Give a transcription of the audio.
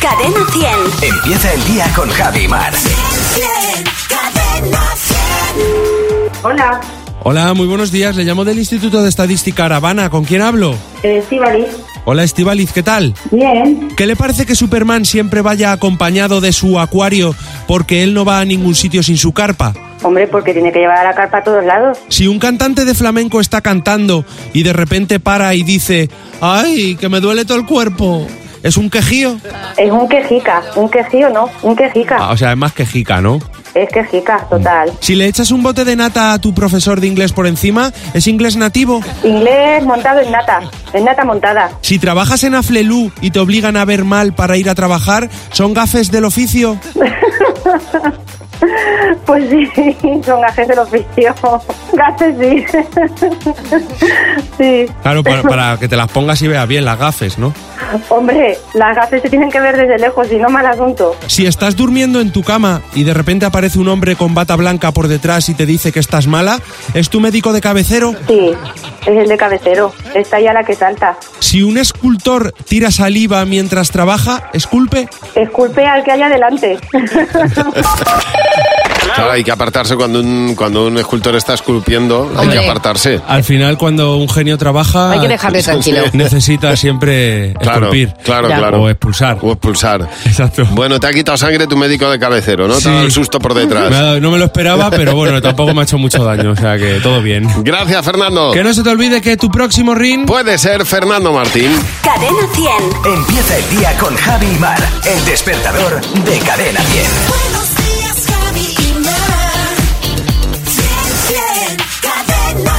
Cadena 100. Empieza el día con Javi Mar. Cadena 100. Hola, Hola, muy buenos días. Le llamo del Instituto de Estadística Aravana. ¿Con quién hablo? Estivali. Hola, Estivaliz, ¿qué tal? Eh, Bien. ¿Qué le parece que Superman siempre vaya acompañado de su acuario porque él no va a ningún sitio sin su carpa? Hombre, porque tiene que llevar a la carpa a todos lados. Si un cantante de flamenco está cantando y de repente para y dice, ¡ay, que me duele todo el cuerpo! ¿Es un quejío? Es un quejica, un quejío no, un quejica. Ah, o sea, es más quejica, ¿no? Es quejica, total. Si le echas un bote de nata a tu profesor de inglés por encima, ¿es inglés nativo? Inglés montado en nata, en nata montada. Si trabajas en Aflelú y te obligan a ver mal para ir a trabajar, ¿son gafes del oficio? Pues sí, son agentes del oficio. Gases sí. Sí. Claro, para, para que te las pongas y veas bien las gafes, ¿no? Hombre, las gases se tienen que ver desde lejos y no mal asunto. Si estás durmiendo en tu cama y de repente aparece un hombre con bata blanca por detrás y te dice que estás mala, ¿es tu médico de cabecero? Sí, es el de cabecero. Está ya la que salta. Si un escultor tira saliva mientras trabaja, ¿esculpe? Esculpe al que haya delante. Claro, hay que apartarse cuando un, cuando un escultor está esculpiendo, hay Hombre. que apartarse. Al final, cuando un genio trabaja... Hay que dejarle tranquilo. Necesita siempre Claro, esculpir. claro, Ya. claro. O expulsar. O expulsar. Exacto. Bueno, te ha quitado sangre tu médico de cabecero, ¿no? Te Sí. ha dado el susto por Me ha detrás. dado- no me lo esperaba, pero bueno, tampoco me ha hecho mucho daño, o sea que todo bien. Gracias, Fernando. Que no se te olvide que tu próximo ring... Puede ser Fernando Martín. Cadena 100. Empieza el día con Javi Mar. El despertador de cadena 10. Buenos días, Javi y Mar. Cadena